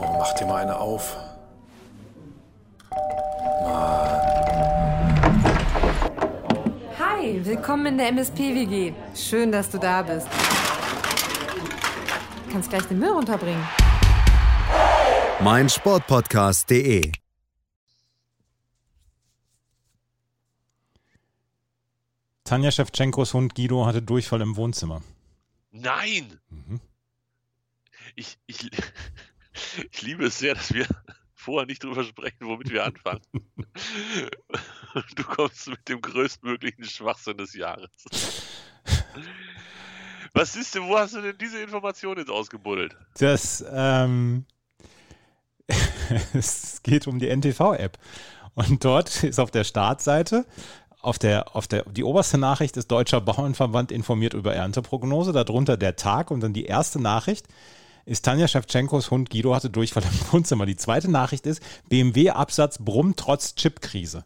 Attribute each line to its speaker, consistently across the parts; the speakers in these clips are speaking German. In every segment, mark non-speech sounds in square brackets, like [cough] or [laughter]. Speaker 1: Oh, dir mal eine auf.
Speaker 2: Hi, willkommen in der MSP-WG. Schön, dass du da bist. Du kannst gleich den Müll runterbringen.
Speaker 3: mein Sportpodcast.de.
Speaker 4: Tanja Schewtschenkos Hund Guido hatte Durchfall im Wohnzimmer.
Speaker 5: Nein!
Speaker 4: Mhm.
Speaker 5: Ich, ich, [laughs] ich liebe es sehr, dass wir [laughs] vorher nicht drüber sprechen, womit wir anfangen. Du kommst mit dem größtmöglichen Schwachsinn des Jahres. Was ist denn, wo hast du denn diese Information jetzt ausgebuddelt?
Speaker 4: Das, ähm, [laughs] es geht um die NTV-App. Und dort ist auf der Startseite, auf der, auf der, die oberste Nachricht ist Deutscher Bauernverband informiert über Ernteprognose, darunter der Tag und dann die erste Nachricht ist Tanja Schewtschenkos Hund Guido hatte Durchfall im [laughs] Wohnzimmer. Die zweite Nachricht ist BMW-Absatz brummt trotz Chipkrise.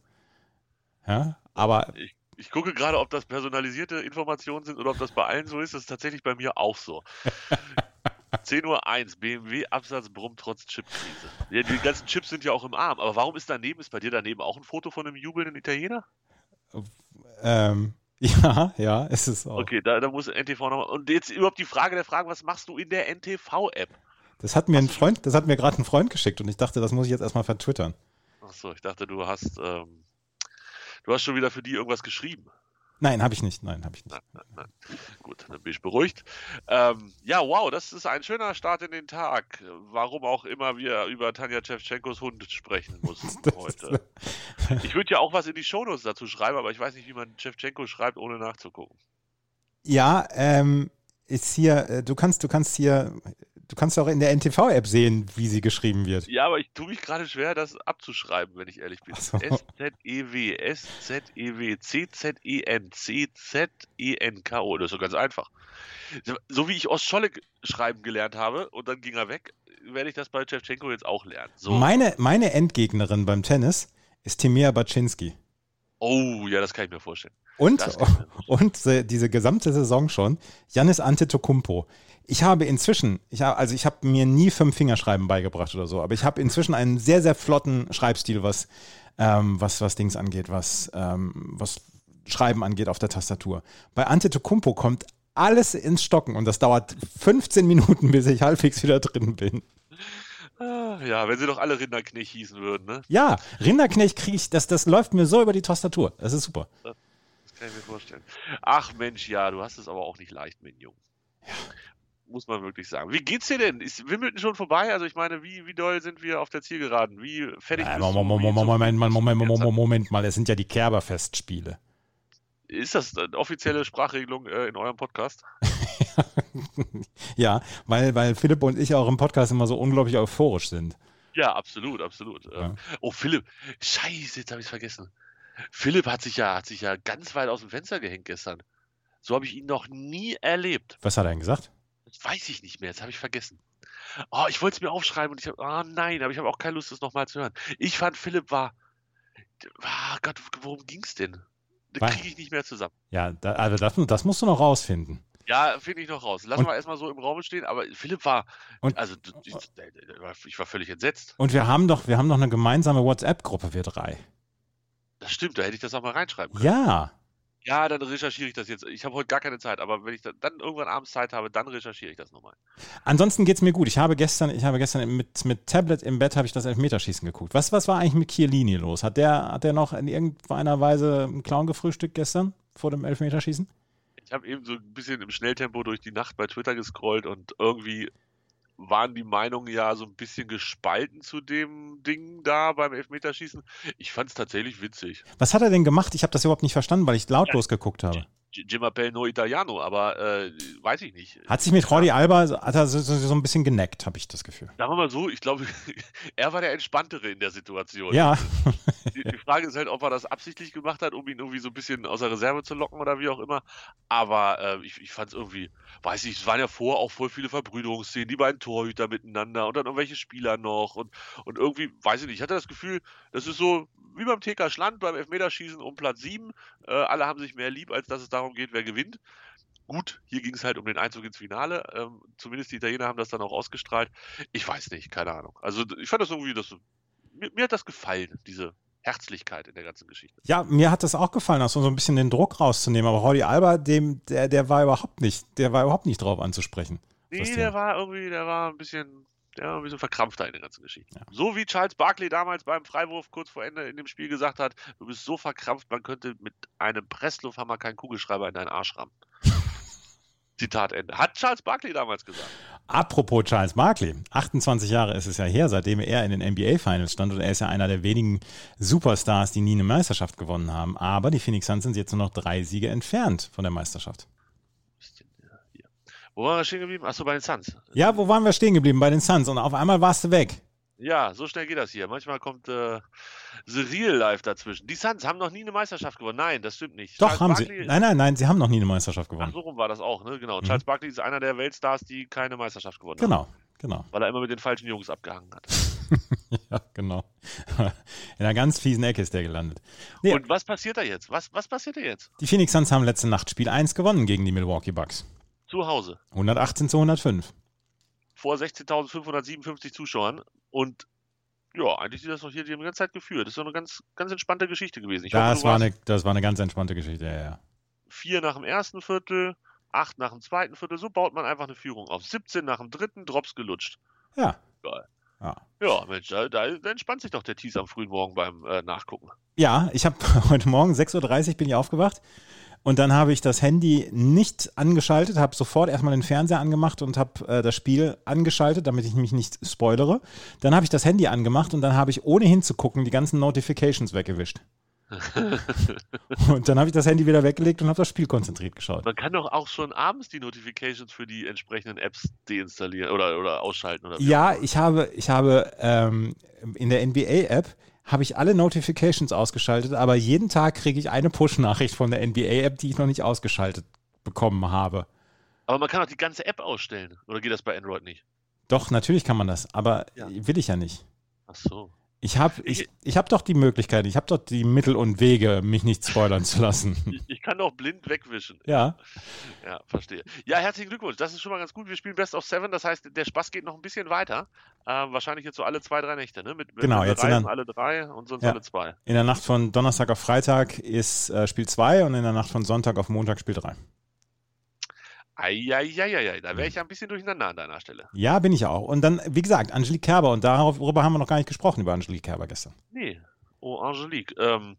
Speaker 4: Ja, aber
Speaker 5: Ich gucke gerade, ob das personalisierte Informationen sind oder ob das bei allen so ist. Das ist tatsächlich bei mir auch so. 10.01 Uhr, BMW Absatz brummt trotz Chipkrise. Ja, die ganzen Chips sind ja auch im Arm. Aber warum ist daneben, ist bei dir daneben auch ein Foto von einem jubelnden Italiener?
Speaker 4: ähm, [laughs] ja, ja, es ist auch.
Speaker 5: Okay, da, da muss NTV nochmal. Und jetzt überhaupt die Frage der Fragen, was machst du in der NTV-App?
Speaker 4: Das hat mir ein Freund, das hat mir gerade ein Freund geschickt und ich dachte, das muss ich jetzt erstmal vertwittern.
Speaker 5: Achso, ich dachte, du hast, ähm, du hast schon wieder für die irgendwas geschrieben.
Speaker 4: Nein, habe ich nicht. Nein, habe ich nicht.
Speaker 5: Gut, dann bin ich beruhigt. Ähm, ja, wow, das ist ein schöner Start in den Tag. Warum auch immer wir über Tanja Tschewtschenkos Hund sprechen
Speaker 4: [laughs]
Speaker 5: mussten heute. Ich würde ja auch was in die Shownotes dazu schreiben, aber ich weiß nicht, wie man Tschewtschenko schreibt, ohne nachzugucken.
Speaker 4: Ja, ähm, ist hier, äh, du kannst, du kannst hier, du kannst auch in der NTV-App sehen, wie sie geschrieben wird.
Speaker 5: Ja, aber ich tue mich gerade schwer, das abzuschreiben, wenn ich ehrlich bin. E
Speaker 4: Ach so.
Speaker 5: S-Z-E-W, S-Z-E-W, C-Z-E-N, E C-Z-E-N-K-O. Oh, Das ist doch ganz einfach. So- So wie ich Ostscholek schreiben gelernt habe und dann ging er weg, werde ich das bei Chevchenko jetzt auch lernen. So.
Speaker 4: Meine, meine Endgegnerin beim Tennis ist Timea Baczynski.
Speaker 5: oh, ja, das kann ich mir vorstellen.
Speaker 4: Und,
Speaker 5: Das kann
Speaker 4: und äh, diese gesamte Saison schon, Janis Antetokounmpo. Ich habe inzwischen, ich habe, also ich habe mir nie fünf Fingerschreiben beigebracht oder so, aber ich habe inzwischen einen sehr, sehr flotten Schreibstil, was, ähm, was, was Dings angeht, was, ähm, was Schreiben angeht auf der Tastatur. Bei Antetokounmpo kommt alles ins Stocken und das dauert 15 Minuten, bis ich halbwegs wieder drin bin.
Speaker 5: Ah, Ja, wenn sie doch alle Rinderknecht hießen würden, ne?
Speaker 4: Ja, Rinderknecht kriege ich, das, das läuft mir so über die Tastatur. Das ist super.
Speaker 5: Das kann ich mir vorstellen. Ach Mensch, ja, du hast es aber auch nicht leicht, mein Junge. Muss man wirklich sagen. Wie geht's dir denn? Ist Wimbledon schon vorbei? Also ich meine, wie, wie doll sind wir auf der Zielgeraden? Wie fertig
Speaker 4: Äh,
Speaker 5: bist
Speaker 4: Moment,
Speaker 5: du?
Speaker 4: Moment,
Speaker 5: Wie
Speaker 4: Moment, Moment, Moment,
Speaker 5: zufrieden bist du
Speaker 4: Moment,
Speaker 5: jetzt?
Speaker 4: Moment, Moment mal, es sind ja die Kerberfestspiele. [laughs]
Speaker 5: Ist das eine offizielle Sprachregelung äh, in eurem Podcast?
Speaker 4: ja, weil, weil Philipp und ich auch im Podcast immer so unglaublich euphorisch sind.
Speaker 5: Ja, absolut, absolut. Ähm, Oh, Philipp. Scheiße, jetzt habe ich es vergessen. Philipp hat sich ja, hat sich ja ganz weit aus dem Fenster gehängt gestern. So habe ich ihn noch nie erlebt.
Speaker 4: Was hat er denn gesagt?
Speaker 5: Das weiß ich nicht mehr, jetzt habe ich vergessen. Oh, ich wollte es mir aufschreiben und ich habe, oh nein, aber ich habe auch keine Lust, das nochmal zu hören. Ich fand, Philipp war, ah Gott, worum ging es denn?
Speaker 4: War-
Speaker 5: Das kriege ich nicht mehr zusammen.
Speaker 4: Ja, da, also das, das musst du noch rausfinden.
Speaker 5: Ja, finde ich noch raus. Lassen
Speaker 4: Und-
Speaker 5: wir erstmal so im Raum stehen, aber Philipp war,
Speaker 4: Und-
Speaker 5: also du- ich, ich war völlig entsetzt.
Speaker 4: Und wir haben doch, wir haben doch eine gemeinsame WhatsApp-Gruppe, wir drei.
Speaker 5: Das stimmt, da hätte ich das auch mal reinschreiben können.
Speaker 4: Ja.
Speaker 5: Ja, dann recherchiere ich das jetzt. Ich habe heute gar keine Zeit, aber wenn ich da- dann irgendwann abends Zeit habe, dann recherchiere ich das nochmal.
Speaker 4: Ansonsten geht's mir gut. Ich habe gestern, ich habe gestern mit, mit Tablet im Bett habe ich das Elfmeterschießen geguckt. Was, was war eigentlich mit Chiellini los? Hat der, hat der noch in irgendeiner Weise einen Clown gefrühstückt gestern vor dem Elfmeterschießen?
Speaker 5: Ich habe eben so ein bisschen im Schnelltempo durch die Nacht bei Twitter gescrollt und irgendwie waren die Meinungen ja so ein bisschen gespalten zu dem Ding da beim Elfmeterschießen. Ich fand es tatsächlich witzig.
Speaker 4: Was hat er denn gemacht? Ich habe das überhaupt nicht verstanden, weil ich lautlos geguckt habe.
Speaker 5: G- Jim Appell no Italiano, aber äh, weiß ich nicht.
Speaker 4: Hat sich mit Jordi Alba so- hat er so, so, so ein bisschen geneckt, habe ich das Gefühl.
Speaker 5: Sagen wir mal so, ich glaube, [laughs] er war der Entspanntere in der Situation.
Speaker 4: Ja,
Speaker 5: Die, die Frage ist halt, ob er das absichtlich gemacht hat, um ihn irgendwie so ein bisschen aus der Reserve zu locken oder wie auch immer. Aber äh, ich, ich fand es irgendwie, weiß ich, es waren ja vor auch voll viele Verbrüderungsszenen, die beiden Torhüter miteinander und dann irgendwelche Spieler noch und, und irgendwie, weiß ich nicht, ich hatte das Gefühl, das ist so wie beim TK Schland beim Elfmeterschießen um Platz 7. Äh, alle haben sich mehr lieb, als dass es darum geht, wer gewinnt. gut, hier ging es halt um den Einzug ins Finale. Ähm, zumindest die Italiener haben das dann auch ausgestrahlt. Ich weiß nicht, keine Ahnung. Also ich fand das irgendwie, das, mir, mir hat das gefallen, diese Herzlichkeit in der ganzen Geschichte.
Speaker 4: Ja, mir hat das auch gefallen, aus so ein bisschen den Druck rauszunehmen. Aber Holly Alba, dem, der, der war überhaupt nicht, der war überhaupt nicht drauf anzusprechen.
Speaker 5: Nee,
Speaker 4: Das Ding.
Speaker 5: der war irgendwie, der war ein bisschen, der war ein bisschen verkrampfter in der ganzen Geschichte. So wie Charles Barkley damals beim Freiwurf kurz vor Ende in dem Spiel gesagt hat, du bist so verkrampft, man könnte mit einem Presslufthammer keinen Kugelschreiber in deinen
Speaker 4: [laughs]
Speaker 5: Arsch rammen. Zitat Ende. Hat Charles Barkley damals gesagt.
Speaker 4: Apropos Charles Barkley, 28 Jahre ist es ja her, seitdem er in den NBA-Finals stand und er ist ja einer der wenigen Superstars, die nie eine Meisterschaft gewonnen haben. Aber die Phoenix Suns sind jetzt nur noch drei Siege entfernt von der Meisterschaft.
Speaker 5: Wo waren wir stehen geblieben? Achso, bei den Suns.
Speaker 4: Ja, wo waren wir stehen geblieben? Bei den Suns und auf einmal warst du weg.
Speaker 5: Ja, so schnell geht das hier. Manchmal kommt äh, The Real Life dazwischen. Die Suns haben noch nie eine Meisterschaft gewonnen. Nein, das stimmt nicht.
Speaker 4: Doch,
Speaker 5: Charles
Speaker 4: haben
Speaker 5: Barkley-
Speaker 4: sie. Nein, nein, nein, sie haben noch nie eine Meisterschaft
Speaker 5: Ach,
Speaker 4: gewonnen.
Speaker 5: so rum war das auch, ne? Genau. Charles Barkley ist einer der Weltstars, die keine Meisterschaft gewonnen haben.
Speaker 4: Mhm. Genau, genau. [laughs]
Speaker 5: weil er immer mit den falschen Jungs abgehangen hat.
Speaker 4: Ja, genau. In einer ganz fiesen Ecke ist der gelandet. Nee,
Speaker 5: Und was passiert da jetzt? Was, was passiert da jetzt?
Speaker 4: die Phoenix Suns haben letzte Nacht Spiel 1 gewonnen gegen die Milwaukee Bucks.
Speaker 5: Zu Hause,
Speaker 4: 118 zu 105.
Speaker 5: vor 16.557 Zuschauern. Und ja, eigentlich sieht das doch hier die haben die ganze Zeit geführt. Das ist doch eine ganz, ganz entspannte Geschichte gewesen. Ich
Speaker 4: Das
Speaker 5: du
Speaker 4: war,
Speaker 5: warst
Speaker 4: eine, das war eine ganz entspannte Geschichte, ja, ja.
Speaker 5: vier nach dem ersten Viertel, acht nach dem zweiten Viertel. So baut man einfach eine Führung auf. 17 nach dem dritten, Drops gelutscht.
Speaker 4: Ja.
Speaker 5: Geil.
Speaker 4: Ja.
Speaker 5: Ja, Mensch, da, da, da entspannt sich doch der Tees am frühen Morgen beim äh, Nachgucken.
Speaker 4: Ja, ich habe [laughs] heute Morgen 6.30 Uhr bin ich aufgewacht und dann habe ich das Handy nicht angeschaltet, habe sofort erstmal den Fernseher angemacht und habe äh, das Spiel angeschaltet, damit ich mich nicht spoilere. Dann habe ich das Handy angemacht und dann habe ich ohne hinzugucken die ganzen Notifications weggewischt. und dann habe ich das Handy wieder weggelegt und habe das Spiel konzentriert geschaut.
Speaker 5: Man kann doch auch schon abends die Notifications für die entsprechenden Apps deinstallieren oder, oder ausschalten. Oder wie
Speaker 4: Ja, ich habe, ich habe ähm, in der NBA-App habe ich alle Notifications ausgeschaltet, aber jeden Tag kriege ich eine Push-Nachricht von der NBA-App, die ich noch nicht ausgeschaltet bekommen habe.
Speaker 5: Aber man kann auch die ganze App ausstellen. Oder geht das bei Android nicht?
Speaker 4: Doch, natürlich kann man das, aber
Speaker 5: Ja.
Speaker 4: will ich ja nicht.
Speaker 5: Ach so.
Speaker 4: Ich habe ich, ich hab doch die Möglichkeit, ich habe doch die Mittel und Wege, mich nicht spoilern zu
Speaker 5: [laughs]
Speaker 4: lassen.
Speaker 5: Ich, ich kann doch blind wegwischen.
Speaker 4: Ja,
Speaker 5: Ja, verstehe. Ja, herzlichen Glückwunsch. Das ist schon mal ganz gut. Wir spielen Best of Seven. Das heißt, der Spaß geht noch ein bisschen weiter. Ähm, wahrscheinlich jetzt so alle zwei, drei Nächte. Ne? Mit, mit-
Speaker 4: Genau,
Speaker 5: wir
Speaker 4: jetzt sind
Speaker 5: reisen
Speaker 4: dann-
Speaker 5: alle drei und sonst
Speaker 4: Ja.
Speaker 5: alle zwei.
Speaker 4: in der Nacht von Donnerstag auf Freitag ist äh, Spiel 2 und in der Nacht von Sonntag auf Montag Spiel 3.
Speaker 5: Eieieiei, da wäre ich ja ein bisschen durcheinander an deiner Stelle.
Speaker 4: Ja, bin ich auch. Und dann, wie gesagt, Angelique Kerber und darüber haben wir noch gar nicht gesprochen, über Angelique Kerber gestern.
Speaker 5: Nee. Oh, Angelique. Ähm,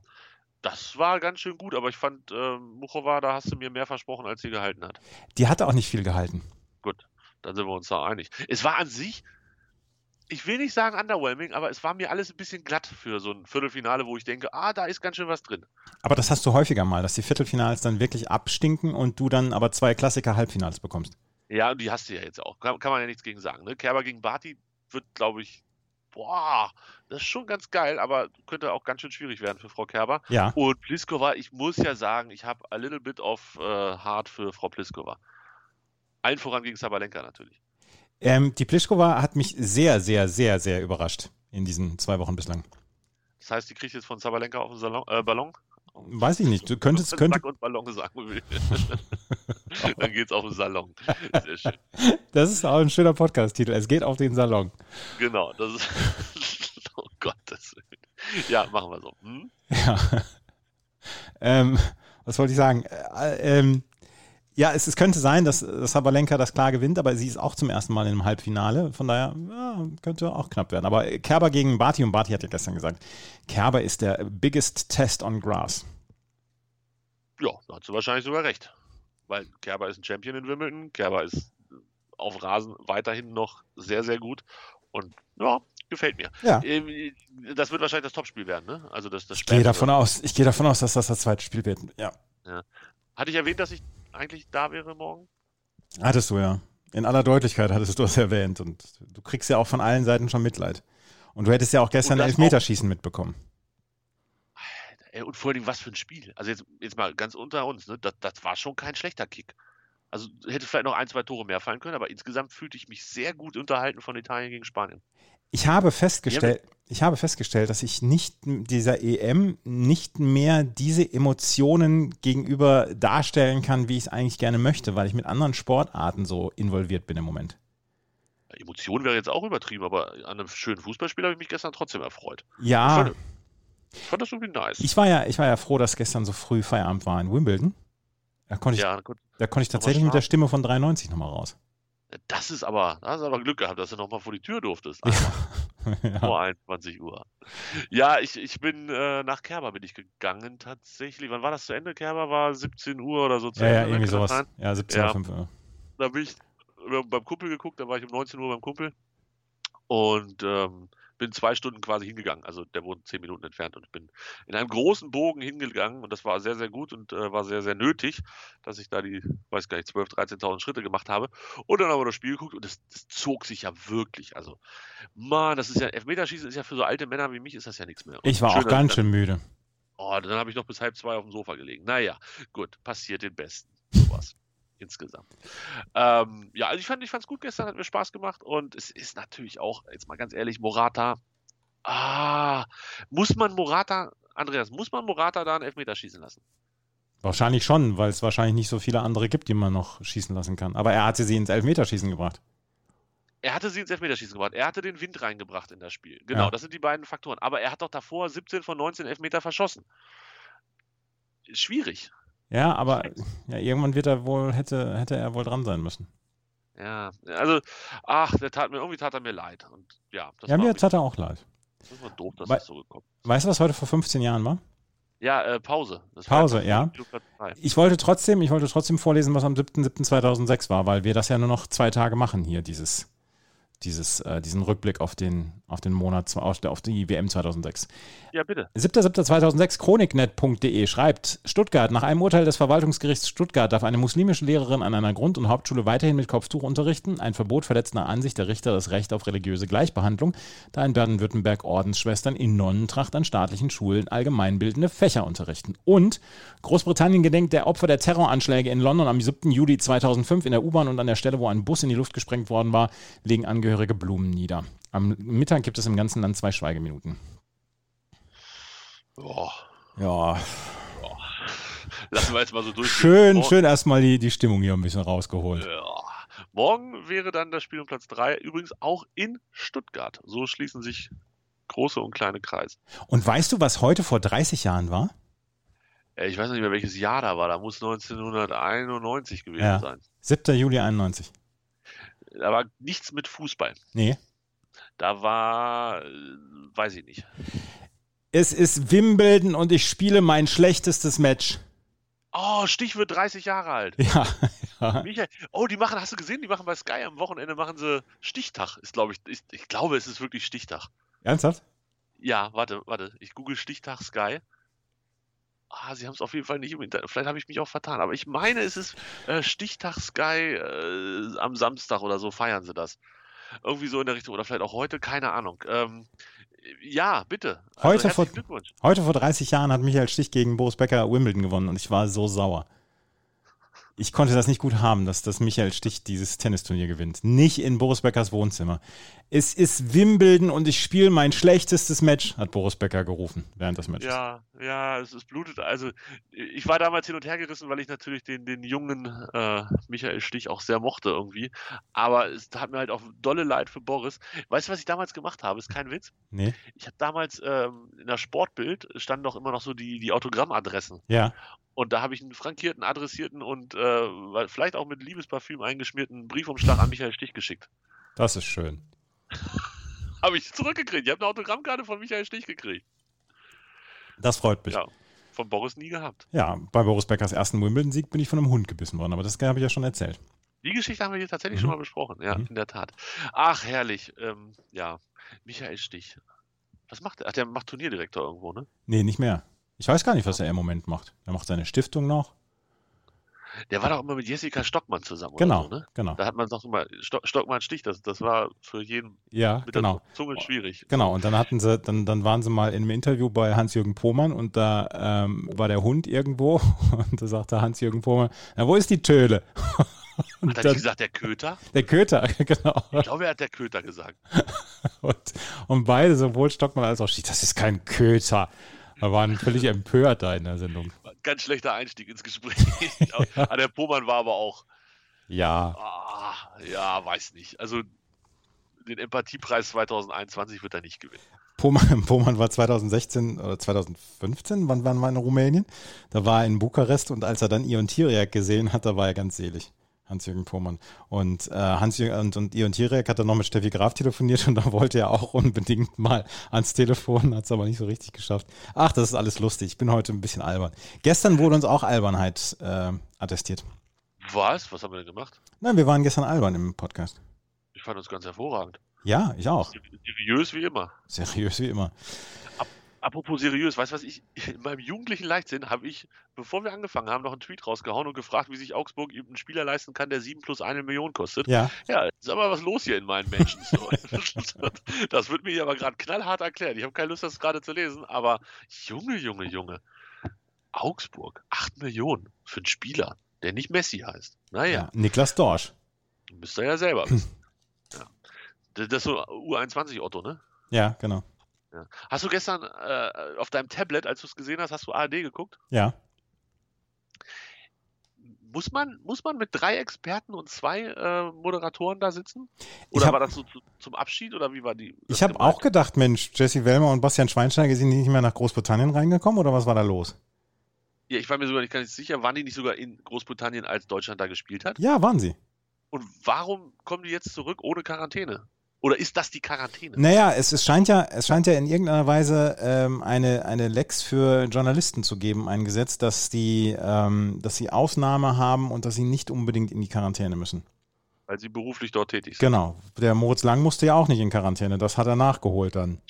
Speaker 5: das war ganz schön gut, aber ich fand, ähm, Muchova, da hast du mir mehr versprochen, als sie gehalten hat.
Speaker 4: Die hatte auch nicht viel gehalten.
Speaker 5: Dann sind wir uns da einig. Es war an sich, ich will nicht sagen underwhelming, aber es war mir alles ein bisschen glatt für so ein Viertelfinale, wo ich denke, ah, da ist ganz schön was drin.
Speaker 4: Aber das hast du häufiger mal, dass die Viertelfinals dann wirklich abstinken und du dann aber zwei Klassiker-Halbfinals bekommst.
Speaker 5: Ja, und die hast du ja jetzt auch. Kann, kann man ja nichts gegen sagen. Ne? Kerber gegen Barty wird, glaube ich, boah, das ist schon ganz geil, aber könnte auch ganz schön schwierig werden für Frau Kerber.
Speaker 4: Ja.
Speaker 5: Und Pliskova, ich muss ja sagen, ich habe a little bit of äh, heart für Frau Pliskova. Allen voran gegen Sabalenka natürlich.
Speaker 4: Ähm, die Plischkova hat mich sehr, sehr, sehr, sehr überrascht in diesen zwei Wochen bislang. Das
Speaker 5: Das heißt, die kriegt jetzt von Sabalenka auf den Salon, äh, Ballon.
Speaker 4: Weiß ich nicht. Du könntest, könnte,
Speaker 5: Sack und Ballon sagen will.
Speaker 4: [laughs]
Speaker 5: Dann geht's auf den Salon. Sehr schön.
Speaker 4: das ist auch ein schöner Podcast-Titel. Es geht auf den Salon.
Speaker 5: Genau, das ist. [laughs] Oh Gott, das Ja, machen wir so. Hm?
Speaker 4: Ja. ähm, was wollte ich sagen? Äh, ähm, ja, es, es könnte sein, dass dass Sabalenka das klar gewinnt, aber sie ist auch zum ersten Mal im Halbfinale. Von daher ja, könnte auch knapp werden. Aber Kerber gegen Barty und Barty hat ja gestern gesagt, Kerber ist der biggest test on grass.
Speaker 5: Ja, da hat sie wahrscheinlich sogar recht. Weil Kerber ist ein Champion in Wimbledon. Kerber ist äh, auf Rasen weiterhin noch sehr, sehr gut. Und ja, gefällt mir.
Speaker 4: Ja.
Speaker 5: Ähm, Das wird wahrscheinlich das Topspiel werden, ne? Also das, das
Speaker 4: Ich gehe
Speaker 5: Spätere.
Speaker 4: davon aus, ich gehe davon aus, dass das das zweite Spiel wird. Ja,
Speaker 5: Hatte ich erwähnt, dass ich eigentlich da wäre morgen?
Speaker 4: hattest du ja. In aller Deutlichkeit hattest du es erwähnt und du kriegst ja auch von allen Seiten schon Mitleid. Und du hättest ja auch gestern
Speaker 5: das auch-
Speaker 4: Elfmeterschießen mitbekommen.
Speaker 5: Ey, Äh, und vor allem, was für ein Spiel. Also jetzt, jetzt mal ganz unter uns, ne? das, das war schon kein schlechter Kick. Also hätte vielleicht noch ein, zwei Tore mehr fallen können, aber insgesamt fühlte ich mich sehr gut unterhalten von Italien gegen Spanien.
Speaker 4: Ich habe festgestellt, ich habe festgestellt, dass ich nicht dieser EM nicht mehr diese Emotionen gegenüber darstellen kann, wie ich es eigentlich gerne möchte, weil ich mit anderen Sportarten so involviert bin im Moment.
Speaker 5: Emotion wäre jetzt auch übertrieben, aber an einem schönen Fußballspiel habe ich mich gestern trotzdem erfreut.
Speaker 4: Ja,
Speaker 5: Schön. Ich fand das irgendwie nice.
Speaker 4: Ah. ich war ja, ich war ja froh, dass gestern so früh Feierabend war in Wimbledon. Da konnte ich,
Speaker 5: ja, gut.
Speaker 4: da konnte ich tatsächlich mit der Stimme von 93 nochmal raus. [laughs]
Speaker 5: Das ist aber, das ist aber Glück gehabt, dass du nochmal vor die Tür durftest.
Speaker 4: [laughs]
Speaker 5: ne,
Speaker 4: ja.
Speaker 5: Vor 21 Uhr. Ja, ich, ich bin äh, nach Kerber bin ich gegangen tatsächlich. Wann war das zu Ende? Kerber war 17 Uhr oder so zu
Speaker 4: ja, ja,
Speaker 5: Ende.
Speaker 4: irgendwie
Speaker 5: Kann das
Speaker 4: sowas.
Speaker 5: sein?
Speaker 4: Ja, 17.05 Uhr.
Speaker 5: Da bin ich wir haben beim Kumpel geguckt, da war ich um 19 Uhr beim Kumpel und ähm, bin zwei Stunden quasi hingegangen. Also der wohnt zehn Minuten entfernt und ich bin in einem großen Bogen hingegangen und das war sehr, sehr gut und äh, war sehr, sehr nötig, dass ich da die, weiß gar nicht, 12.000, 13.000 Schritte gemacht habe. Und dann haben wir das Spiel geguckt und das, das zog sich ja wirklich. Also, Mann, das ist ja, Elfmeterschießen ist ja für so alte Männer wie mich ist das ja nichts mehr. Und
Speaker 4: Ich war
Speaker 5: schön,
Speaker 4: auch
Speaker 5: dass
Speaker 4: ganz
Speaker 5: ich
Speaker 4: schön müde.
Speaker 5: Oh, dann habe ich noch bis halb zwei auf dem Sofa gelegen. Naja, gut, passiert den Besten. Sowas. Insgesamt. Ähm, ja, also ich fand, ich fand's gut gestern, hat mir Spaß gemacht und es ist natürlich auch, jetzt mal ganz ehrlich, Morata. Ah, muss man Morata, Andreas, muss man Morata da einen Elfmeter schießen lassen?
Speaker 4: Wahrscheinlich schon, weil es wahrscheinlich nicht so viele andere gibt, die man noch schießen lassen kann. Aber er hatte sie ins Elfmeterschießen gebracht.
Speaker 5: Er hatte sie ins Elfmeterschießen gebracht. Er hatte den Wind reingebracht in das Spiel. Genau,
Speaker 4: Ja.
Speaker 5: das sind die beiden Faktoren. Aber er hat doch davor 17 von 19 Elfmeter verschossen. Schwierig.
Speaker 4: Ja, aber ja, irgendwann wird er wohl, hätte, hätte er wohl dran sein müssen.
Speaker 5: Ja, also, ach, der tat mir, irgendwie tat er mir leid. Und ja, das
Speaker 4: ja,
Speaker 5: war
Speaker 4: mir
Speaker 5: ein
Speaker 4: jetzt hat er auch leid.
Speaker 5: Das war doof, dass
Speaker 4: Weil-
Speaker 5: das so gekommen ist.
Speaker 4: Weißt du, was heute vor 15 Jahren war?
Speaker 5: Ja, äh, Pause. Das
Speaker 4: Pause,
Speaker 5: war
Speaker 4: ja.
Speaker 5: Minute 3.
Speaker 4: Ich wollte trotzdem, ich wollte trotzdem vorlesen, was am 7.7.2006 war, weil wir das ja nur noch zwei Tage machen hier, dieses, dieses, äh, diesen Rückblick auf den, auf den Monat, auf auf die WM 2006.
Speaker 5: Ja, bitte.
Speaker 4: 7.7.2006 chroniknet.de schreibt, Stuttgart, nach einem Urteil des Verwaltungsgerichts Stuttgart darf eine muslimische Lehrerin an einer Grund- und Hauptschule weiterhin mit Kopftuch unterrichten. Ein Verbot verletzt nach Ansicht der Richter das Recht auf religiöse Gleichbehandlung, da in Baden-Württemberg Ordensschwestern in Nonnentracht an staatlichen Schulen allgemeinbildende Fächer unterrichten. Und Großbritannien gedenkt der Opfer der Terroranschläge in London am 7. Juli 2005 in der U-Bahn und an der Stelle, wo ein Bus in die Luft gesprengt worden war, legen Angehörige Blumen nieder. Am Mittag gibt es im ganzen Land zwei Schweigeminuten.
Speaker 5: Boah, [laughs]
Speaker 4: Ja,
Speaker 5: lassen wir jetzt mal so durch.
Speaker 4: Schön,
Speaker 5: Mor-
Speaker 4: schön erstmal die, die Stimmung hier ein bisschen rausgeholt.
Speaker 5: Ja. Morgen wäre dann das Spiel um Platz 3, übrigens auch in Stuttgart. So schließen sich große und kleine Kreise.
Speaker 4: Und weißt du, was heute vor 30 Jahren war?
Speaker 5: Äh, ich weiß noch nicht mehr, welches Jahr da war. Da muss 1991 gewesen
Speaker 4: Ja.
Speaker 5: sein.
Speaker 4: 7. Juli 91.
Speaker 5: Da war nichts mit Fußball.
Speaker 4: Nee.
Speaker 5: Da war, äh, weiß ich nicht.
Speaker 4: Es ist Wimbledon und ich spiele mein schlechtestes Match. [laughs]
Speaker 5: Oh, Stich wird 30 Jahre alt.
Speaker 4: Ja, ja.
Speaker 5: Michael, oh, die machen, hast du gesehen, die machen bei Sky am Wochenende machen sie Stichtag. Ist, glaube ich, ist, ich glaube, es ist wirklich Stichtag.
Speaker 4: Ernsthaft?
Speaker 5: Ja, warte, warte. Ich google Stichtag Sky. Ah, sie haben es auf jeden Fall nicht im Internet. Vielleicht habe ich mich auch vertan. Aber ich meine, es ist äh, Stichtag Sky äh, am Samstag oder so feiern sie das. Irgendwie so in der Richtung. Oder vielleicht auch heute, keine Ahnung. Ähm, ja, bitte. Also
Speaker 4: Heute vor-
Speaker 5: herzlichen Glückwunsch.
Speaker 4: Heute vor 30 Jahren hat Michael Stich gegen Boris Becker Wimbledon gewonnen und ich war so sauer. Ich konnte das nicht gut haben, dass, dass Michael Stich dieses Tennisturnier gewinnt. Nicht in Boris Beckers Wohnzimmer. Es ist Wimbledon und ich spiele mein schlechtestes Match, hat Boris Becker gerufen während des Matches.
Speaker 5: Ja, ja, es, es blutet. Also, ich war damals hin und her gerissen, weil ich natürlich den, den jungen äh, Michael Stich auch sehr mochte irgendwie. Aber es hat mir halt auch dolle Leid für Boris. Weißt du, was ich damals gemacht habe? Ist kein Witz.
Speaker 4: Nee?
Speaker 5: Ich habe damals ähm, in der Sportbild standen doch immer noch so die, die Autogrammadressen.
Speaker 4: Ja.
Speaker 5: Und da habe ich einen frankierten, adressierten und äh, weil- vielleicht auch mit Liebesparfüm eingeschmierten Briefumschlag an Michael Stich geschickt.
Speaker 4: Das ist schön.
Speaker 5: Habe ich zurückgekriegt. Ich habe eine Autogrammkarte von Michael Stich gekriegt.
Speaker 4: Das freut mich.
Speaker 5: Ja.
Speaker 4: Ja.
Speaker 5: Von Boris nie gehabt.
Speaker 4: bei Boris Beckers ersten Wimbledon-Sieg bin ich von einem Hund gebissen worden, aber das habe ich ja schon erzählt.
Speaker 5: Die Geschichte haben wir hier tatsächlich
Speaker 4: Mhm.
Speaker 5: schon mal besprochen. Ja,
Speaker 4: Mhm.
Speaker 5: in der Tat. Ach, herrlich. Ähm, ja, Michael Stich. Was macht er? Ach, der macht Turnierdirektor irgendwo, ne?
Speaker 4: Nee, nicht mehr. Ich weiß gar nicht, was er im Moment macht. Er macht seine Stiftung noch.
Speaker 5: Der war doch immer mit Jessica Stockmann zusammen.
Speaker 4: genau,
Speaker 5: Oder so, ne?
Speaker 4: genau.
Speaker 5: Da hat man doch immer Stock, Stockmann Stich. Das, das war für jeden
Speaker 4: Ja,
Speaker 5: mit
Speaker 4: genau.
Speaker 5: der Zunge schwierig.
Speaker 4: Genau, und dann hatten sie, dann, dann waren sie mal in einem Interview bei Hans-Jürgen Pohmann und da [laughs] ähm, war der Hund irgendwo und da sagte Hans-Jürgen Pohmann, na, wo ist die Töle? Und
Speaker 5: Hat er
Speaker 4: dann-
Speaker 5: nicht gesagt, der Köter?
Speaker 4: [laughs] der Köter, [laughs] genau.
Speaker 5: Ich glaube, er hat der Köter gesagt.
Speaker 4: Und, und beide, sowohl Stockmann als auch Schied, das ist kein Köter. Wir waren völlig empört da in der Sendung.
Speaker 5: Ganz schlechter Einstieg ins
Speaker 4: [laughs]
Speaker 5: Gespräch. Ah, der Pohmann war aber auch,
Speaker 4: Ja,
Speaker 5: ah, ja, weiß nicht. Also den Empathiepreis 2021 wird er nicht gewinnen.
Speaker 4: [laughs] Poman, Poman war 2016 oder 2015, wann waren wir in Rumänien? Da war er in Bukarest und als er dann Ion Tiriak gesehen hat, da war er ganz selig. Hans-Jürgen Pohmann. Und, äh, Hans und, und Ion Tiriak hat dann noch mit Steffi Graf telefoniert und [laughs] da wollte er auch unbedingt mal ans Telefon, hat es aber nicht so richtig geschafft. Ach, das ist alles lustig. Ich bin heute ein bisschen albern. Gestern wurde uns auch Albernheit äh, attestiert.
Speaker 5: Was? Was haben wir denn gemacht?
Speaker 4: Nein, wir waren gestern albern im Podcast.
Speaker 5: Ich fand uns ganz hervorragend.
Speaker 4: Ja, ich auch.
Speaker 5: Seriös wie immer.
Speaker 4: Seriös wie immer.
Speaker 5: Apropos seriös, weißt du was ich, in meinem jugendlichen Leichtsinn habe ich, bevor wir angefangen haben, noch einen Tweet rausgehauen und gefragt, wie sich Augsburg eben einen Spieler leisten kann, der 7 plus eine Million kostet.
Speaker 4: Ja,
Speaker 5: Ja, ist aber was los hier in meinen Menschen. So. [laughs] das wird mir hier aber gerade knallhart erklärt. Ich habe keine Lust, das gerade zu lesen, aber Junge, Junge, Junge. Augsburg, 8 Millionen für einen Spieler, der nicht Messi heißt. Naja,
Speaker 4: ja. Niklas Dorsch.
Speaker 5: müsst ihr ja selber wissen. Ja. Das das ist so U21 Otto, ne?
Speaker 4: Ja, genau.
Speaker 5: Ja. Hast du gestern äh, auf deinem Tablet, als du es gesehen hast, hast du ARD geguckt?
Speaker 4: Ja.
Speaker 5: Muss man, muss man mit drei Experten und zwei äh, Moderatoren da sitzen? Oder
Speaker 4: hab-
Speaker 5: war das so zu, zum Abschied oder wie war die? das
Speaker 4: Ich habe
Speaker 5: gemeint?
Speaker 4: auch gedacht, Mensch, Jesse Wellmer und Bastian Schweinsteiger sind nicht mehr nach Großbritannien reingekommen oder was war da los?
Speaker 5: Ja, ich war mir sogar nicht ganz sicher, waren die nicht sogar in Großbritannien, als Deutschland da gespielt hat?
Speaker 4: Ja, waren sie.
Speaker 5: Und warum kommen die jetzt zurück ohne Quarantäne? Oder ist das die Quarantäne?
Speaker 4: Naja, es, es, scheint, ja, es scheint ja in irgendeiner Weise ähm, eine, eine Lex für Journalisten zu geben, ein Gesetz, dass, die, ähm, dass sie Ausnahme haben und dass sie nicht unbedingt in die Quarantäne müssen.
Speaker 5: Weil sie beruflich dort tätig sind.
Speaker 4: Genau. Der Moritz Lang musste ja auch nicht in Quarantäne, das hat er nachgeholt dann.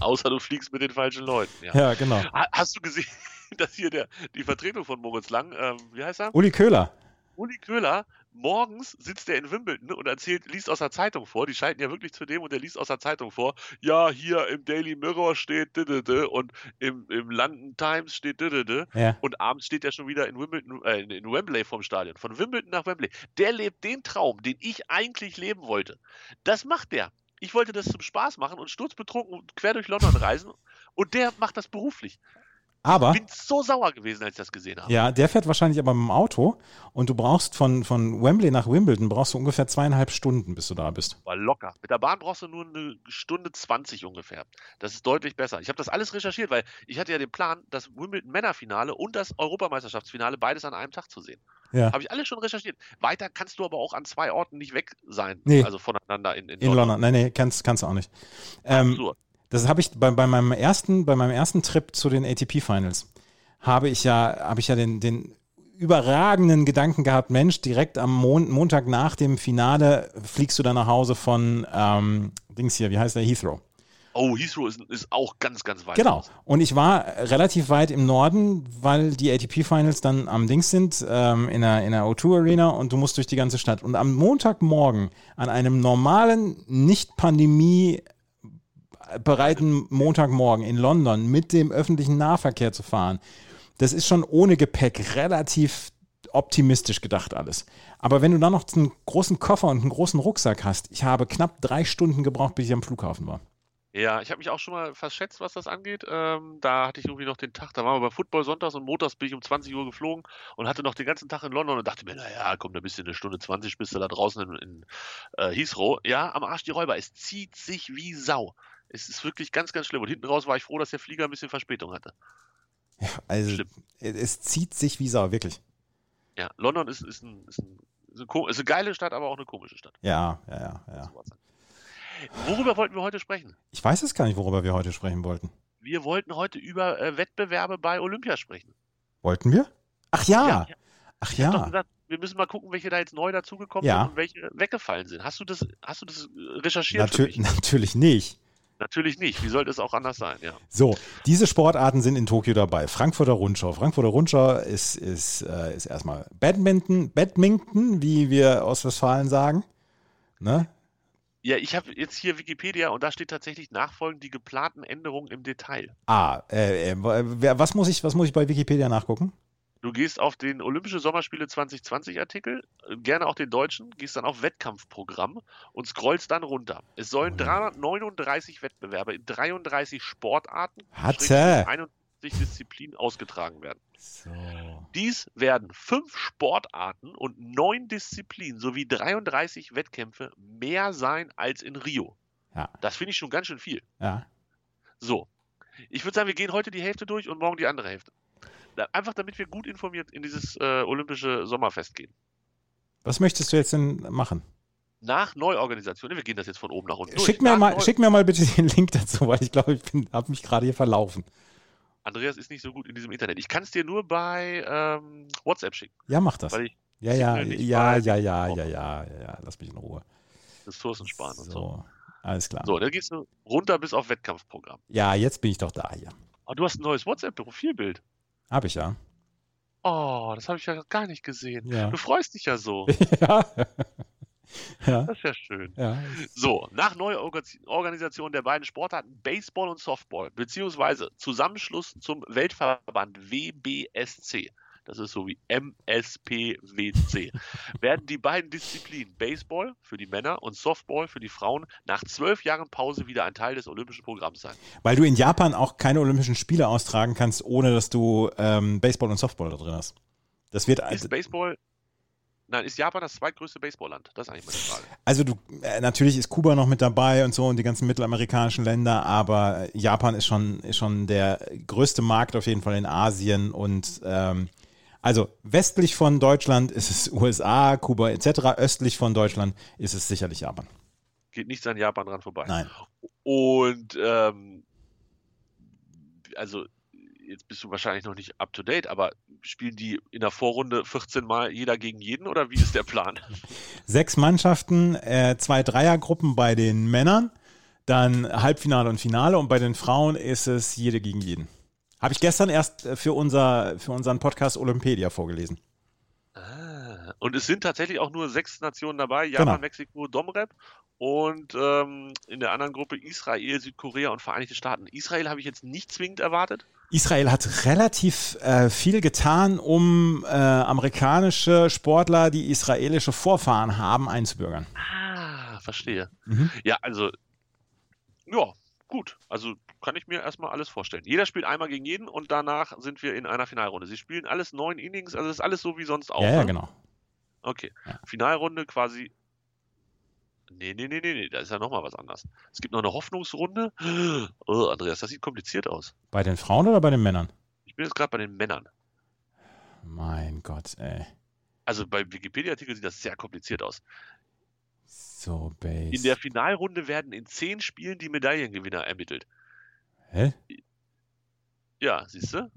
Speaker 5: Außer du fliegst mit den falschen Leuten. Ja.
Speaker 4: Ja, genau.
Speaker 5: Ha- Hast du gesehen, [laughs] dass hier der, die Vertretung von Moritz Lang, ähm, wie heißt er?
Speaker 4: Uli Köhler.
Speaker 5: Uli Köhler, morgens sitzt er in Wimbledon und erzählt, liest aus der Zeitung vor. Die schalten ja wirklich zu dem und der liest aus der Zeitung vor. Ja, hier im Daily Mirror steht didede, und im, im London Times steht didede.
Speaker 4: Ja.
Speaker 5: Und abends steht er schon wieder in Wimbledon, äh, in- in Wembley vom Stadion. Von Wimbledon nach Wembley. Der lebt den Traum, den ich eigentlich leben wollte. Das macht der. Ich wollte das zum Spaß machen und sturzbetrunken und quer durch London reisen. Und der macht das beruflich.
Speaker 4: Aber.
Speaker 5: Bin so sauer gewesen, als ich das gesehen habe.
Speaker 4: Ja, der fährt wahrscheinlich aber mit dem Auto und du brauchst von, von Wembley nach Wimbledon brauchst du ungefähr zweieinhalb Stunden, bis du da bist.
Speaker 5: War locker. Mit der Bahn brauchst du nur eine Stunde 20 ungefähr. Das ist deutlich besser. Ich habe das alles recherchiert, weil ich hatte ja den Plan, das Wimbledon Männerfinale und das Europameisterschaftsfinale beides an einem Tag zu sehen.
Speaker 4: Ja.
Speaker 5: Habe ich alles schon recherchiert. Weiter kannst du aber auch an zwei Orten nicht weg sein.
Speaker 4: Nee.
Speaker 5: Also voneinander in, in,
Speaker 4: In
Speaker 5: London.
Speaker 4: London. Nein, nee, kannst, kannst du auch nicht. Ähm,
Speaker 5: Absurd.
Speaker 4: das habe ich bei, bei, meinem ersten, bei meinem ersten Trip zu den ATP-Finals, habe ich ja, habe ich ja den, den überragenden Gedanken gehabt, Mensch, direkt am Mon Montag nach dem Finale fliegst du dann nach Hause von ähm, Dings hier, wie heißt der Heathrow?
Speaker 5: Oh, Heathrow ist, ist auch ganz, ganz weit.
Speaker 4: Genau.
Speaker 5: raus.
Speaker 4: Und ich war relativ weit im Norden, weil die ATP-Finals dann am Dings sind, ähm, in der, in der O2-Arena und du musst durch die ganze Stadt. Und am Montagmorgen, an einem normalen, nicht Pandemie äh, bereiten Montagmorgen in London mit dem öffentlichen Nahverkehr zu fahren, das ist schon ohne Gepäck relativ optimistisch gedacht alles. Aber wenn du dann noch einen großen Koffer und einen großen Rucksack hast, ich habe knapp drei Stunden gebraucht, bis ich am Flughafen war.
Speaker 5: Ja, ich habe mich auch schon mal verschätzt, was das angeht. Ähm, da hatte ich irgendwie noch den Tag, da waren wir bei Football sonntags und montags bin ich um 20 Uhr geflogen und hatte noch den ganzen Tag in London und dachte mir, naja, komm, da bist du in eine Stunde 20, bist du da draußen in, in äh, Heathrow. Ja, am Arsch die Räuber. Es zieht sich wie Sau. Es ist wirklich ganz, ganz schlimm. Und hinten raus war ich froh, dass der Flieger ein bisschen Verspätung hatte.
Speaker 4: Also
Speaker 5: Schlimm.
Speaker 4: es, es zieht sich wie Sau, wirklich.
Speaker 5: Ja, London ist, ist, ein, ist, ein, ist, ein, ko- ist eine geile Stadt, aber auch eine komische Stadt.
Speaker 4: Ja, ja, ja, ja.
Speaker 5: muss man sagen. Worüber wollten wir heute sprechen?
Speaker 4: Ich weiß es gar nicht, worüber wir heute sprechen wollten.
Speaker 5: Wir wollten heute über äh, Wettbewerbe bei Olympia sprechen.
Speaker 4: Wollten wir? Ach ja.
Speaker 5: Ja, ich
Speaker 4: Ach
Speaker 5: Ich habe doch
Speaker 4: ja.
Speaker 5: gesagt, wir müssen mal gucken, welche da jetzt neu dazugekommen
Speaker 4: Ah. Ja.
Speaker 5: sind und welche weggefallen sind. Hast du das, hast du das äh, recherchiert? für
Speaker 4: Natür [laughs]
Speaker 5: mich?
Speaker 4: natürlich nicht.
Speaker 5: Natürlich nicht. Wie sollte es auch anders sein? Ja.
Speaker 4: So, diese Sportarten sind in Tokio dabei. Frankfurter Rundschau. Frankfurter Rundschau ist, ist, äh, ist erstmal Badminton, Badminton, wie wir aus Westfalen sagen. Ne?
Speaker 5: Ja, ich habe jetzt hier Wikipedia und da steht tatsächlich nachfolgend die geplanten Änderungen im Detail.
Speaker 4: äh, Ah, äh, äh, wer- was, muss ich, was muss ich bei Wikipedia nachgucken?
Speaker 5: Du gehst auf den Olympische Sommerspiele 2020 Artikel, äh, gerne auch den deutschen, gehst dann auf Wettkampfprogramm und scrollst dann runter. Es
Speaker 4: Oh
Speaker 5: sollen 339 Wettbewerbe in 33 Sportarten,
Speaker 4: Hatte.
Speaker 5: Schrägstrich 51 Disziplinen ausgetragen werden.
Speaker 4: So.
Speaker 5: Dies werden fünf Sportarten und neun Disziplinen sowie 33 Wettkämpfe mehr sein als in Rio.
Speaker 4: Ja.
Speaker 5: Das finde ich schon ganz schön viel.
Speaker 4: Ja.
Speaker 5: So. Ich würde sagen, wir gehen heute die Hälfte durch und morgen die andere Hälfte. Da, einfach damit wir gut informiert in dieses äh, olympische Sommerfest gehen.
Speaker 4: Was möchtest du jetzt denn machen?
Speaker 5: Nach Neuorganisation, wir gehen das jetzt von oben nach unten.
Speaker 4: Schick
Speaker 5: durch.
Speaker 4: mir,
Speaker 5: Nach
Speaker 4: mal,
Speaker 5: Neu-
Speaker 4: schick mir mal bitte den [laughs] Link dazu, weil ich glaube, ich habe mich gerade hier verlaufen.
Speaker 5: Andreas ist nicht so gut in diesem Internet. Ich kann es dir nur bei ähm, WhatsApp schicken,
Speaker 4: Ja, mach das.
Speaker 5: weil ich
Speaker 4: Ja, ja,
Speaker 5: Signal nicht
Speaker 4: ja,
Speaker 5: bei-
Speaker 4: ja, ja, ja, ja, ja, ja, lass mich in Ruhe.
Speaker 5: Ressourcen sparen und so.
Speaker 4: alles klar.
Speaker 5: So, dann gehst du runter bis auf Wettkampfprogramm.
Speaker 4: Ja, jetzt bin ich doch da hier.
Speaker 5: Aber du hast ein neues WhatsApp-Profilbild.
Speaker 4: Hab ich ja.
Speaker 5: Oh, das habe ich ja gar nicht gesehen.
Speaker 4: Ja.
Speaker 5: Du freust dich ja so.
Speaker 4: [laughs] ja. [laughs] ja,
Speaker 5: Das ist ja schön.
Speaker 4: ja.
Speaker 5: So, nach Neuorganisation der beiden Sportarten Baseball und Softball, beziehungsweise Zusammenschluss zum Weltverband WBSC, das ist so wie MSPWC, werden die beiden Disziplinen Baseball für die Männer und Softball für die Frauen nach zwölf Jahren Pause wieder ein Teil des olympischen Programms sein.
Speaker 4: Weil du in Japan auch keine Olympischen Spiele austragen kannst, ohne dass du ähm, Baseball und Softball da drin hast. Das wird
Speaker 5: Ist Baseball. Nein, ist Japan das zweitgrößte Baseballland? Das ist eigentlich meine Frage.
Speaker 4: also du äh, natürlich ist Kuba noch mit dabei und so und die ganzen mittelamerikanischen Länder, aber äh, Japan ist schon ist schon der größte Markt auf jeden Fall in Asien und ähm, also westlich von Deutschland ist es [laughs] USA, Kuba etc. Östlich von Deutschland ist es sicherlich Japan.
Speaker 5: Geht nichts an Japan dran vorbei.
Speaker 4: Nein.
Speaker 5: Und ähm, also jetzt bist du wahrscheinlich noch nicht up to date, aber spielen die in der Vorrunde 14 Mal jeder gegen jeden oder wie ist der Plan?
Speaker 4: Sechs Mannschaften, äh, zwei Dreiergruppen bei den Männern, dann Halbfinale und Finale und bei den Frauen ist es jede gegen jeden. Habe ich gestern erst äh, für, unser, für unseren Podcast Olympedia vorgelesen.
Speaker 5: Ah. Und es sind tatsächlich auch nur sechs Nationen dabei: Japan,
Speaker 4: Genau.
Speaker 5: Mexiko, Domrep und ähm, in der anderen Gruppe Israel, Südkorea und Vereinigte Staaten. Israel habe ich jetzt nicht zwingend erwartet.
Speaker 4: Israel hat relativ äh, viel getan, um äh, amerikanische Sportler, die israelische Vorfahren haben, einzubürgern.
Speaker 5: Ah, verstehe.
Speaker 4: Mhm.
Speaker 5: Ja, also, ja, gut. Also kann ich mir erstmal alles vorstellen. Jeder spielt einmal gegen jeden und danach sind wir in einer Finalrunde. Sie spielen alles neun Innings, also ist alles so wie sonst auch.
Speaker 4: ja, ja,
Speaker 5: ne?
Speaker 4: genau.
Speaker 5: Okay.
Speaker 4: Ja.
Speaker 5: Finalrunde quasi. Nee, nee, nee, nee, nee, da ist ja nochmal was anderes. Es gibt noch eine Hoffnungsrunde. Oh, Andreas, das sieht kompliziert aus.
Speaker 4: Bei den Frauen oder bei den Männern?
Speaker 5: Ich bin jetzt gerade bei den Männern.
Speaker 4: Mein Gott, ey.
Speaker 5: Also beim Wikipedia-Artikel sieht das sehr kompliziert aus.
Speaker 4: So base.
Speaker 5: In der Finalrunde werden in zehn Spielen die Medaillengewinner ermittelt.
Speaker 4: Hä?
Speaker 5: Ja, siehst du?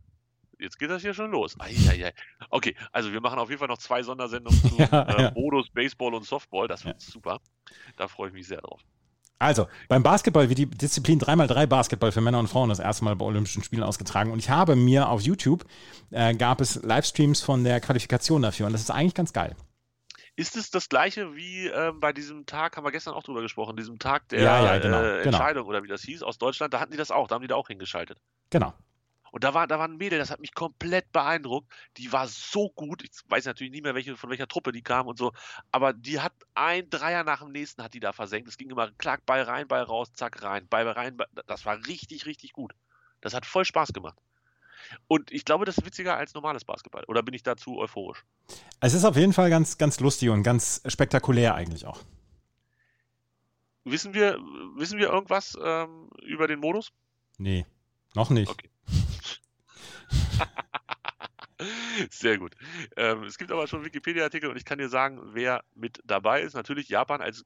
Speaker 5: Jetzt geht das hier schon los. Eieiei. Okay, also wir machen auf jeden Fall noch
Speaker 4: [laughs]
Speaker 5: zwei Sondersendungen zu
Speaker 4: Ja,
Speaker 5: äh,
Speaker 4: ja.
Speaker 5: Modus Baseball und Softball. Das wird super. Da freue ich mich sehr drauf.
Speaker 4: Also, beim Basketball wird die Disziplin 3x3 Basketball für Männer und Frauen das erste Mal bei Olympischen Spielen ausgetragen. Und ich habe mir auf YouTube, äh, gab es Livestreams von der Qualifikation dafür. Und das ist eigentlich ganz geil.
Speaker 5: Ist es das gleiche wie ähm, bei diesem Tag, haben wir gestern auch drüber gesprochen, diesem Tag der
Speaker 4: Ja, ja, genau,
Speaker 5: äh,
Speaker 4: genau.
Speaker 5: Entscheidung oder wie das hieß aus Deutschland, da hatten die das auch, da haben die da auch hingeschaltet.
Speaker 4: Genau.
Speaker 5: Und da war, da war ein Mädel, das hat mich komplett beeindruckt. Die war so gut. Ich weiß natürlich nicht mehr, welche, von welcher Truppe die kam und so. Aber die hat ein Dreier nach dem nächsten hat die da versenkt. Es ging immer klack, Ball rein, Ball raus, zack, rein, Ball rein. Ball, das war richtig, richtig gut. Das hat voll Spaß gemacht. Und ich glaube, das ist witziger als normales Basketball. Oder bin ich dazu euphorisch?
Speaker 4: Es ist auf jeden Fall ganz, ganz lustig und ganz spektakulär eigentlich auch.
Speaker 5: Wissen wir, wissen wir irgendwas ähm, über den Modus?
Speaker 4: Nee, noch nicht.
Speaker 5: Okay. Sehr gut. Ähm, es gibt aber schon Wikipedia-Artikel und ich kann dir sagen, wer mit dabei ist. Natürlich Japan als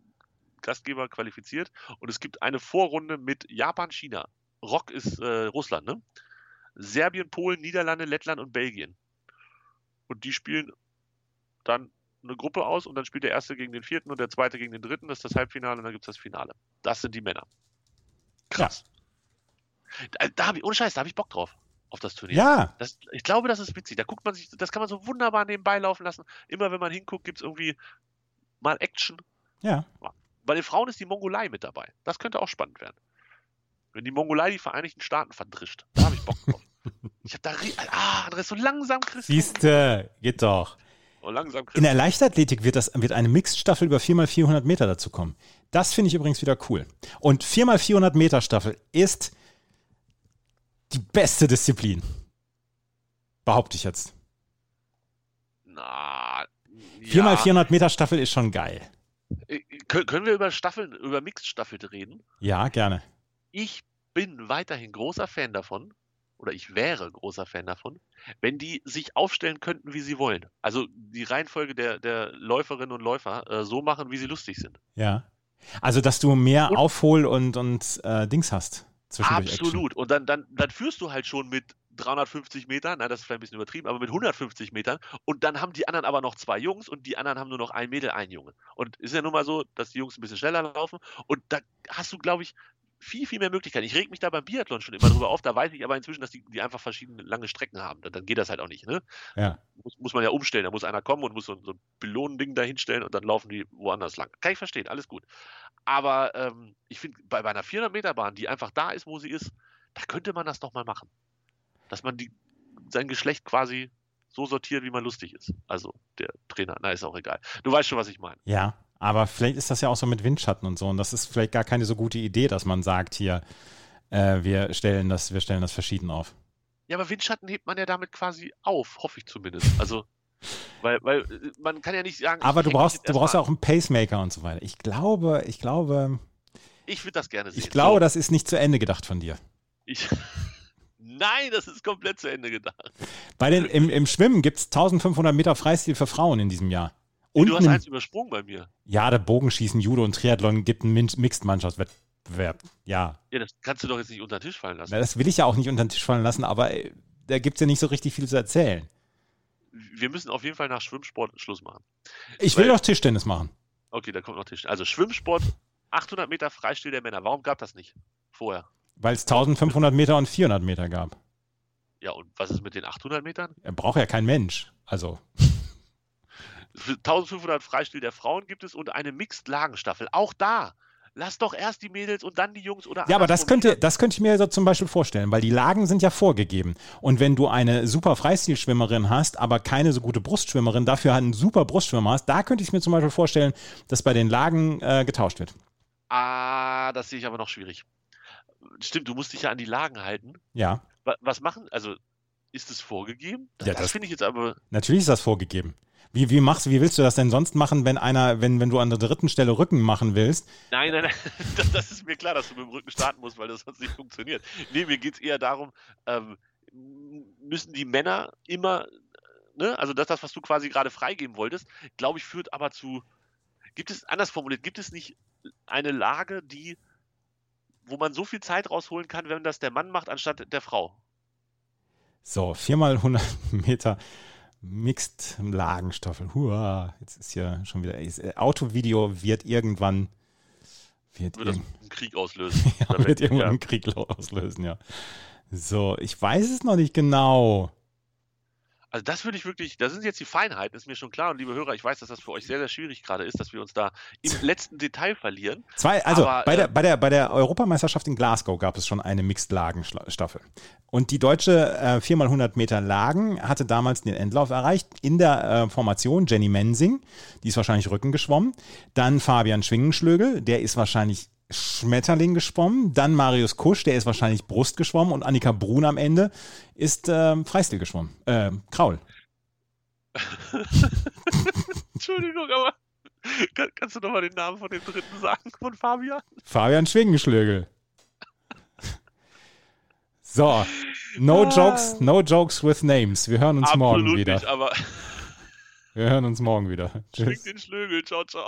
Speaker 5: Gastgeber qualifiziert und es gibt eine Vorrunde mit Japan, China. Rock ist äh, Russland, ne? Serbien, Polen, Niederlande, Lettland und Belgien. Und die spielen dann eine Gruppe aus und dann spielt der erste gegen den vierten und der zweite gegen den dritten. Das ist das Halbfinale und dann gibt es das Finale. Das sind die Männer. Krass. Da, da habe ich, ohne Scheiß, da habe ich Bock drauf. Auf das Turnier.
Speaker 4: Ja,
Speaker 5: Das, ich glaube, das ist witzig. Da guckt man sich, das kann man so wunderbar nebenbei laufen lassen. Immer wenn man hinguckt, gibt es irgendwie mal Action.
Speaker 4: ja.
Speaker 5: Bei den Frauen ist die Mongolei
Speaker 4: [laughs]
Speaker 5: mit dabei. Das könnte auch spannend werden. Wenn die Mongolei die Vereinigten Staaten verdrischt. Da habe ich Bock drauf. Ich habe da. ri- Ah, André, so langsam kriegst du.
Speaker 4: Siehste, äh, geht doch.
Speaker 5: Oh, langsam kriegst
Speaker 4: In der Leichtathletik wird, das, wird eine Mixed-Staffel über 4x400 Meter dazu kommen. Das finde ich übrigens wieder cool. Und 4x400 Meter Staffel ist die beste Disziplin. Behaupte ich jetzt.
Speaker 5: Na. Ja.
Speaker 4: 4x400 Meter Staffel ist schon geil.
Speaker 5: Äh, kö- Können wir über Staffeln, über Mixed-Staffeln reden?
Speaker 4: Ja, gerne.
Speaker 5: Ich bin weiterhin großer Fan davon, oder ich wäre großer Fan davon, wenn die sich aufstellen könnten, wie sie wollen. Also die Reihenfolge der, der Läuferinnen und Läufer äh, so machen, wie sie lustig sind.
Speaker 4: Ja. Also, dass du mehr
Speaker 5: Und-
Speaker 4: Aufhol- und, und äh, Dings hast. zwischendurch Action.
Speaker 5: Absolut. Und dann, dann, dann führst du halt schon mit 350 Metern, na, das ist vielleicht ein bisschen übertrieben, aber mit 150 Metern. Und dann haben die anderen aber noch zwei Jungs und die anderen haben nur noch ein Mädel, ein Junge. Und ist ja nun mal so, dass die Jungs ein bisschen schneller laufen. Und da hast du, glaube ich, viel, viel mehr Möglichkeiten. Ich reg mich da beim Biathlon schon immer drüber auf. Da weiß ich aber inzwischen, dass die, die einfach verschiedene lange Strecken haben. Dann, dann geht das halt auch nicht. Ne?
Speaker 4: Ja.
Speaker 5: Muss, muss man ja umstellen. Da muss einer kommen und muss so, ein- so ein Belohnending da hinstellen und dann laufen die woanders lang. Kann ich verstehen, alles gut. Aber ähm, ich finde, bei, bei einer 400-Meter-Bahn, die einfach da ist, wo sie ist, da könnte man das doch mal machen. Dass man die, sein Geschlecht quasi so sortiert, wie man lustig ist. Also der Trainer, na, ist auch egal. Du weißt schon, was ich meine.
Speaker 4: Ja, aber vielleicht ist das ja auch so mit Windschatten und so. Und das ist vielleicht gar keine so gute Idee, dass man sagt hier, äh, wir stellen das, wir stellen das verschieden auf.
Speaker 5: Ja, aber Windschatten hebt man ja damit quasi auf, hoffe ich zumindest. Also, weil, weil äh, man kann ja nicht sagen, ich
Speaker 4: Aber du
Speaker 5: häng mich
Speaker 4: brauchst,
Speaker 5: jetzt
Speaker 4: du brauchst ja
Speaker 5: erstmal
Speaker 4: auch einen Pacemaker und so weiter. Ich glaube, ich glaube,
Speaker 5: an. Ich würde das gerne sehen.
Speaker 4: ich glaube,
Speaker 5: So,
Speaker 4: das ist nicht zu Ende gedacht von dir.
Speaker 5: ich, [laughs] Nein, das ist komplett zu Ende gedacht.
Speaker 4: Bei den, im, im Schwimmen gibt es 1500 Meter Freistil für Frauen in diesem Jahr. Und
Speaker 5: du hast
Speaker 4: einen,
Speaker 5: eins übersprungen bei mir.
Speaker 4: ja, der Bogenschießen, Judo und Triathlon gibt einen Min- Mixed-Mannschaftswettbewerb. Ja,
Speaker 5: Ja, das kannst du doch jetzt nicht unter den Tisch fallen lassen.
Speaker 4: na, das will ich ja auch nicht unter den Tisch fallen lassen, aber äh, da gibt es ja nicht so richtig viel zu erzählen.
Speaker 5: Wir müssen auf jeden Fall nach Schwimmsport Schluss machen.
Speaker 4: Ich will
Speaker 5: Weil-
Speaker 4: doch Tischtennis machen.
Speaker 5: Okay, da kommt noch Tisch. Also Schwimmsport, 800 Meter Freistil der Männer. Warum gab das nicht vorher?
Speaker 4: Weil es 1500 Meter und 400 Meter gab.
Speaker 5: Ja, und was ist mit den 800 Metern?
Speaker 4: Er braucht ja kein Mensch. Also,
Speaker 5: Für 1500 Freistil der Frauen gibt es und eine Mixed-Lagenstaffel. Auch da. Lass doch erst die Mädels und dann die Jungs oder
Speaker 4: ja, aber das
Speaker 5: andersrum.
Speaker 4: könnte, das könnte ich mir so zum Beispiel vorstellen, weil die Lagen sind ja vorgegeben. Und wenn du eine super Freistilschwimmerin hast, aber keine so gute Brustschwimmerin, dafür einen super Brustschwimmer hast, da könnte ich mir zum Beispiel vorstellen, dass bei den Lagen äh, getauscht wird.
Speaker 5: Ah, das sehe ich aber noch schwierig. Stimmt, du musst dich ja an die Lagen halten.
Speaker 4: Ja,
Speaker 5: Wa- Was machen? Also, ist es vorgegeben? Das,
Speaker 4: Ja,
Speaker 5: das
Speaker 4: das-
Speaker 5: finde ich jetzt aber.
Speaker 4: natürlich ist das vorgegeben. Wie, wie machst wie willst du das denn sonst machen, wenn einer, wenn, wenn du an der dritten Stelle Rücken machen willst?
Speaker 5: Nein, nein, [laughs] nein. Das, das ist mir klar, dass du mit dem Rücken starten musst, weil das sonst nicht funktioniert. Nee, mir geht es eher darum, ähm, m- müssen die Männer immer, ne, also das, das was du quasi gerade freigeben wolltest, glaube ich, führt aber zu. Gibt es, anders formuliert, gibt es nicht eine Lage, die, wo man so viel Zeit rausholen kann, wenn das der Mann macht, anstatt der Frau?
Speaker 4: So, viermal 100 [laughs] Meter Mixed Lagenstaffel. Hua, jetzt ist hier schon wieder. ist- äh, Autovideo wird irgendwann. Wird,
Speaker 5: Würde das
Speaker 4: irgend- [laughs]
Speaker 5: einen Krieg auslösen?
Speaker 4: ja, wird irgendwann
Speaker 5: Ja.
Speaker 4: einen Krieg [laughs] lau- auslösen, ja. So, ich weiß es noch nicht genau.
Speaker 5: Also das würde ich wirklich, das sind jetzt die Feinheiten, ist mir schon klar. Und liebe Hörer, ich weiß, dass das für euch sehr, sehr schwierig gerade ist, dass wir uns da
Speaker 4: [laughs]
Speaker 5: im letzten Detail verlieren.
Speaker 4: Zwei, also
Speaker 5: Aber,
Speaker 4: bei,
Speaker 5: äh,
Speaker 4: der, bei, der, bei der Europameisterschaft in Glasgow gab es schon eine Mixed-Lagen-Staffel. Und die deutsche äh, 4x100 Meter Lagen hatte damals den Endlauf erreicht in der äh, Formation Jenny Mensing, die ist wahrscheinlich Rücken geschwommen. Dann Fabian Schwingenschlögel, der ist wahrscheinlich Schmetterling geschwommen. Dann Marius Kusch, der ist wahrscheinlich Brust geschwommen. Und Annika Brun am Ende ist ähm, Freistil geschwommen. Äh, Kraul. [laughs]
Speaker 5: [laughs] Entschuldigung, aber kann, kannst du nochmal den Namen von dem dritten sagen, von Fabian?
Speaker 4: Fabian Schwingenschlögel. So, no jokes, no jokes with names. Wir hören uns morgen wieder.
Speaker 5: Ah. nicht,
Speaker 4: [laughs]
Speaker 5: aber
Speaker 4: Wir hören uns morgen wieder. Tschüss.
Speaker 5: schwingt den Schlögel. Ciao, ciao.